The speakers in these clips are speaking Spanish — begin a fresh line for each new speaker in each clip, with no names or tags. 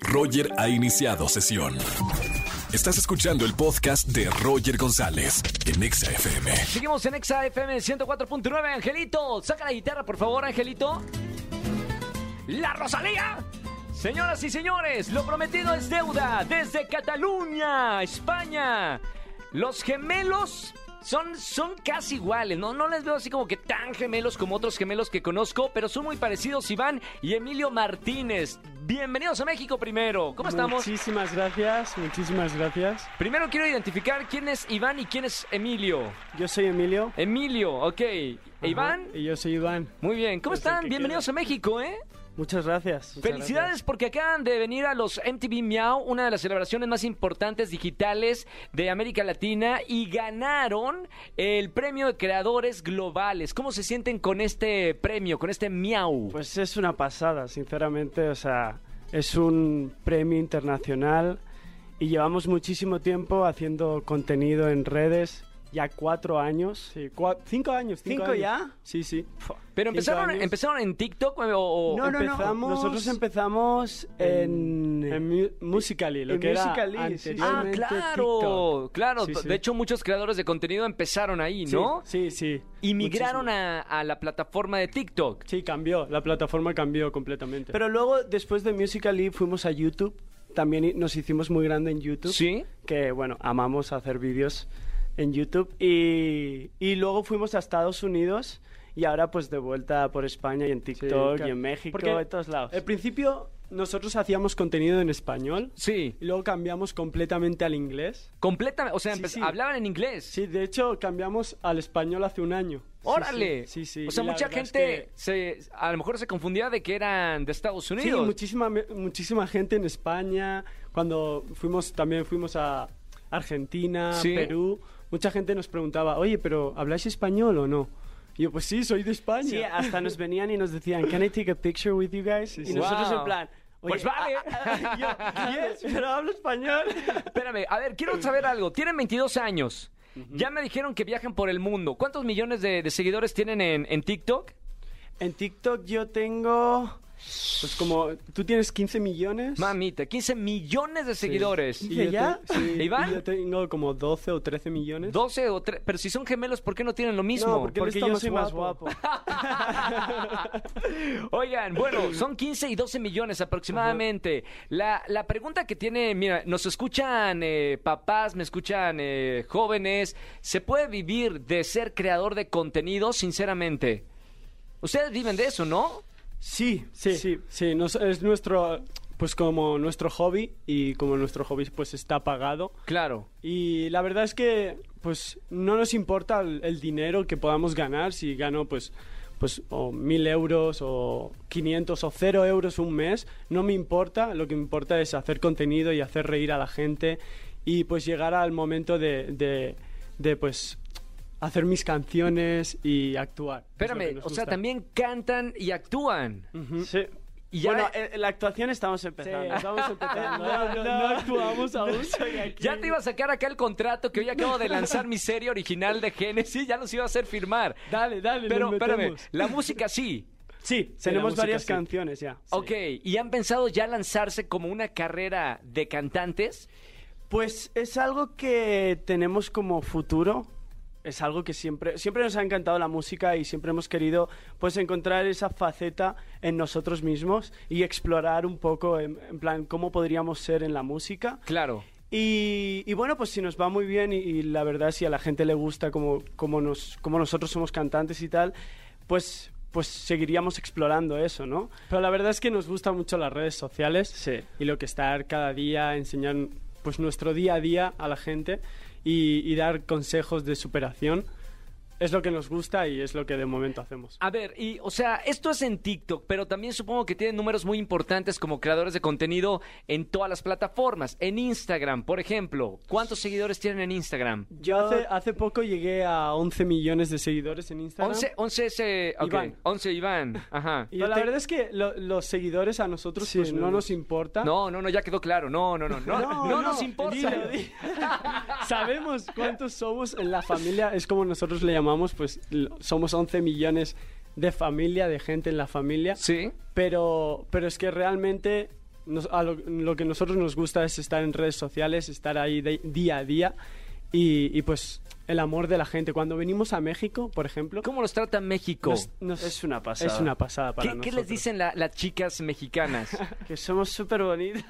Roger ha iniciado sesión. Estás escuchando el podcast de Roger González en Exa FM.
Seguimos en Exa FM 104.9, Angelito. Saca la guitarra, por favor, Angelito. La Rosalía. Señoras y señores, lo prometido es deuda desde Cataluña, España. Los gemelos son, son casi iguales, ¿no? No les veo así como que tan gemelos como otros gemelos que conozco, pero son muy parecidos Iván y Emilio Martínez. Bienvenidos a México primero. ¿Cómo estamos?
Muchísimas gracias, muchísimas gracias.
Primero quiero identificar quién es Iván y quién es Emilio.
Yo soy Emilio.
Emilio, ok. ¿E Eh, Iván,
Ajá, Y yo soy Iván.
muy bien. ¿Cómo
Es Pues el
están?
que
Bienvenidos a México, ¿eh?
Muchas gracias. muchas
Felicidades porque acaban de venir a los MTV Miau, una de las celebraciones más importantes digitales de América Latina y ganaron el premio de creadores globales. ¿Cómo se sienten con este premio, con este Miau?
gracias. Pues es una pasada, sinceramente. O sea, es un premio internacional y llevamos muchísimo tiempo haciendo contenido en redes. Ya cuatro años. sí, cua- ¿Cinco años? ¿Cinco,
¿Cinco
años.
ya?
Sí, sí.
Pero
cinco
empezaron,
años.
empezaron en TikTok o, o-
No, no, no.
Empezamos-
Nosotros empezamos en.
En Mu- Musical.ly, lo
en
que era
Musical.ly, sí, sí.
Ah,
anteriormente
claro,
TikTok.
claro.
Sí, sí.
De hecho, muchos creadores de contenido empezaron ahí,
Sí,
¿no?
Sí, sí.
Y migraron
Muchísimo.
a, a la plataforma de TikTok.
Sí, cambió. La plataforma cambió completamente.
Pero luego, después de Musical.ly, fuimos a YouTube. También i-
nos hicimos muy grande en YouTube.
Sí.
Que bueno, amamos hacer vídeos en YouTube. Y, y luego fuimos a Estados Unidos y ahora pues de vuelta por España y en TikTok y en México, en todos lados. Al principio nosotros hacíamos contenido en español.
Sí,
Y luego cambiamos completamente al inglés.
completamente. O sea,
Sí,
empe-
sí.
hablaban en inglés.
Sí, de hecho cambiamos al español hace un año. Sí,
¡Órale!
Sí, sí.
O sea,
Y la
mucha
verdad es
gente
que-
se, a lo mejor se confundía de que eran de Estados
Sí,
Unidos.
muchísima, me- muchísima gente en España. Cuando fuimos, también fuimos a Argentina,
Sí.
Perú. Mucha gente nos preguntaba, oye, pero ¿habláis español o no? Y yo, pues sí, soy de España.
Sí, hasta nos venían y nos decían, ¿Can I take a picture with you guys? y
sí.
nosotros
Wow.
en plan. "Oye,
Pues vale.
ah, ah, yo, yes, pero hablo español.
Espérame, a ver, quiero saber algo. Tienen 22 años. Ya me dijeron que viajan por el mundo. ¿Cuántos millones de, de seguidores tienen en, en TikTok?
En TikTok yo tengo.
Pues como tú tienes 15 millones.
Mamita, 15 millones de seguidores.
y yo te-
¿Ya?
sí, y
¿Iván?
yo tengo como 12 o 13 millones.
12 o 3. Pero si son gemelos, ¿por qué no tienen lo mismo?
No, porque, él
Porque
está
yo
más
soy más guapo.
Oigan, bueno, son 15 y 12 millones aproximadamente. La, la pregunta que tiene, mira, nos escuchan eh, papás, me escuchan eh, jóvenes. ¿Se puede vivir de ser creador de contenido, sinceramente? Ustedes viven de eso, ¿no?
Sí,
Sí, sí, sí, nos- es nuestro, pues como nuestro hobby y como nuestro hobby pues está pagado.
Claro.
Y la verdad es que pues no nos importa el, el dinero que podamos ganar, si gano pues pues o mil euros o 500 o cero euros un mes, no me importa, lo que me importa es hacer contenido y hacer reír a la gente y pues llegar al momento de, de, de, pues hacer mis canciones y actuar. es lo que
Espérame,
nos
o sea,
gusta.
también cantan y actúan.
Ujú.
Sí.
Y ya-
Bueno, eh, la actuación estamos empezando.
estamos empezando.
No,
No,
no,
actuamos aún. eh,
Ya te iba a sacar acá el contrato que hoy acabo de lanzar mi serie original de Génesis, ya los iba a hacer firmar.
Dale, dale,
Pero
nos
espérame,
metemos.
la música sí.
Sí,
Tenemos varias
canciones.
canciones ya.
Ok, ¿y han pensado ya lanzarse como una carrera de cantantes?
Pues es algo que tenemos como futuro. Es algo que siempre, siempre nos ha encantado la música y siempre hemos querido pues encontrar esa faceta en nosotros mismos y explorar un poco en, en plan cómo podríamos ser en la música.
Claro.
Y, y bueno, pues si nos va muy bien y, y la verdad si a la gente le gusta como, como, nos, como nosotros somos cantantes y tal, pues, pues seguiríamos explorando eso, ¿no?
Pero la verdad es que nos gustan mucho las redes sociales
Sí.
y lo que estar cada día, enseñar pues nuestro día a día a la gente y, y dar consejos de superación. Es lo que nos gusta y es lo que de momento hacemos.
A ver, y o sea, esto es en TikTok, pero también supongo que tienen números muy importantes como creadores de contenido en todas las plataformas. En Instagram, por ejemplo, ¿cuántos seguidores tienen en Instagram?
Yo hace, hace poco llegué a 11 millones de seguidores en Instagram.
11, 11 es, eh, ok,
Iván.
11 Iván, ajá.
Pero la verdad es que lo- los seguidores a nosotros
Sí,
pues,
no
no
nos-
nos importa.
No, no, no, ya quedó claro. No, no, no, no, no, nos importa.
dilo, di- Sabemos cuántos somos en la familia, es como nosotros le llamamos, pues l- somos 11 millones de familia, de gente en la familia,
Sí.
pero, pero es que realmente nos- a lo, lo que nosotros nos gusta es estar en redes sociales, estar ahí de- día a día y, y, pues el amor de la gente. Cuando venimos a México, por ejemplo,
¿Cómo los trata México?
nos- nos-
Es una pasada.
Es una pasada para
¿Qué, qué les
nosotros.
dicen la- las chicas mexicanas?
Que somos súper bonitos.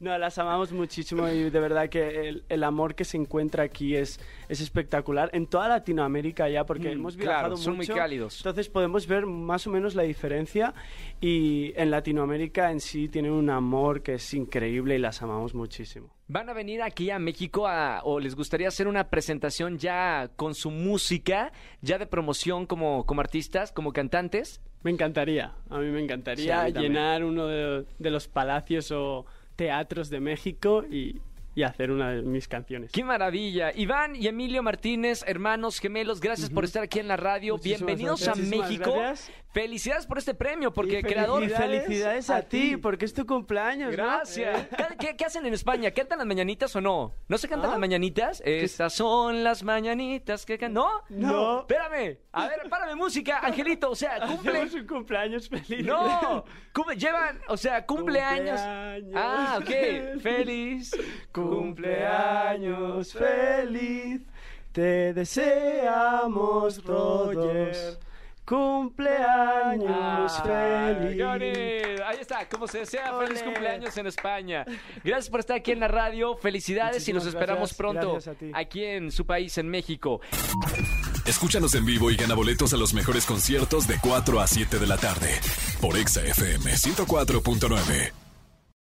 no, las amamos muchísimo y de verdad que el, el amor que se encuentra aquí es, es espectacular. En toda Latinoamérica ya, porque
Mm,
hemos
claro,
viajado
son muy
mucho,
cálidos.
Entonces podemos ver más o menos la diferencia y en Latinoamérica en sí tienen un amor que es increíble y las amamos muchísimo.
¿Van a venir aquí a México a- o les gustaría hacer una presentación ya con su música, ya de promoción como, como artistas, como cantantes?
Me encantaría, a mí me
Sí, a
encantaría
mí también.
llenar uno de, de los palacios o teatros de México y, y hacer una de mis canciones.
¡Qué maravilla! Iván y Emilio Martínez, hermanos gemelos, gracias por estar aquí en la radio.
Muchísimas
Bienvenidos
gracias.
a
Muchísimas
México.
gracias.
Felicidades por este premio, porque
Y
creador.
Y felicidades a,
a
ti,
ti.
porque es tu cumpleaños. ¿no?
Gracias. Eh, ¿Qué- ¿Qué, qué hacen en España? ¿Cantan las mañanitas o no? ¿No se cantan
Ah.
las mañanitas? Estas son las mañanitas que can... ¿No?
No.
Espérame. A ver, párame música, Angelito. O sea, cumple.
Hacemos un cumpleaños feliz.
No. Cumple- llevan, o sea, cumpleaños.
Cumpleaños.
Ah, ok. Feliz.
Cumpleaños feliz, te deseamos todos. Cumpleaños
Ah,
feliz.
Johnny. Ahí está, como se desea, feliz
Ole.
cumpleaños en España. Gracias por estar aquí en la radio, felicidades y
Muchísimas
nos esperamos
gracias,
pronto
gracias a ti.
aquí en su país, en México.
Escúchanos en vivo y gana boletos a los mejores conciertos de 4 a 7 de la tarde por Exa FM 104.9.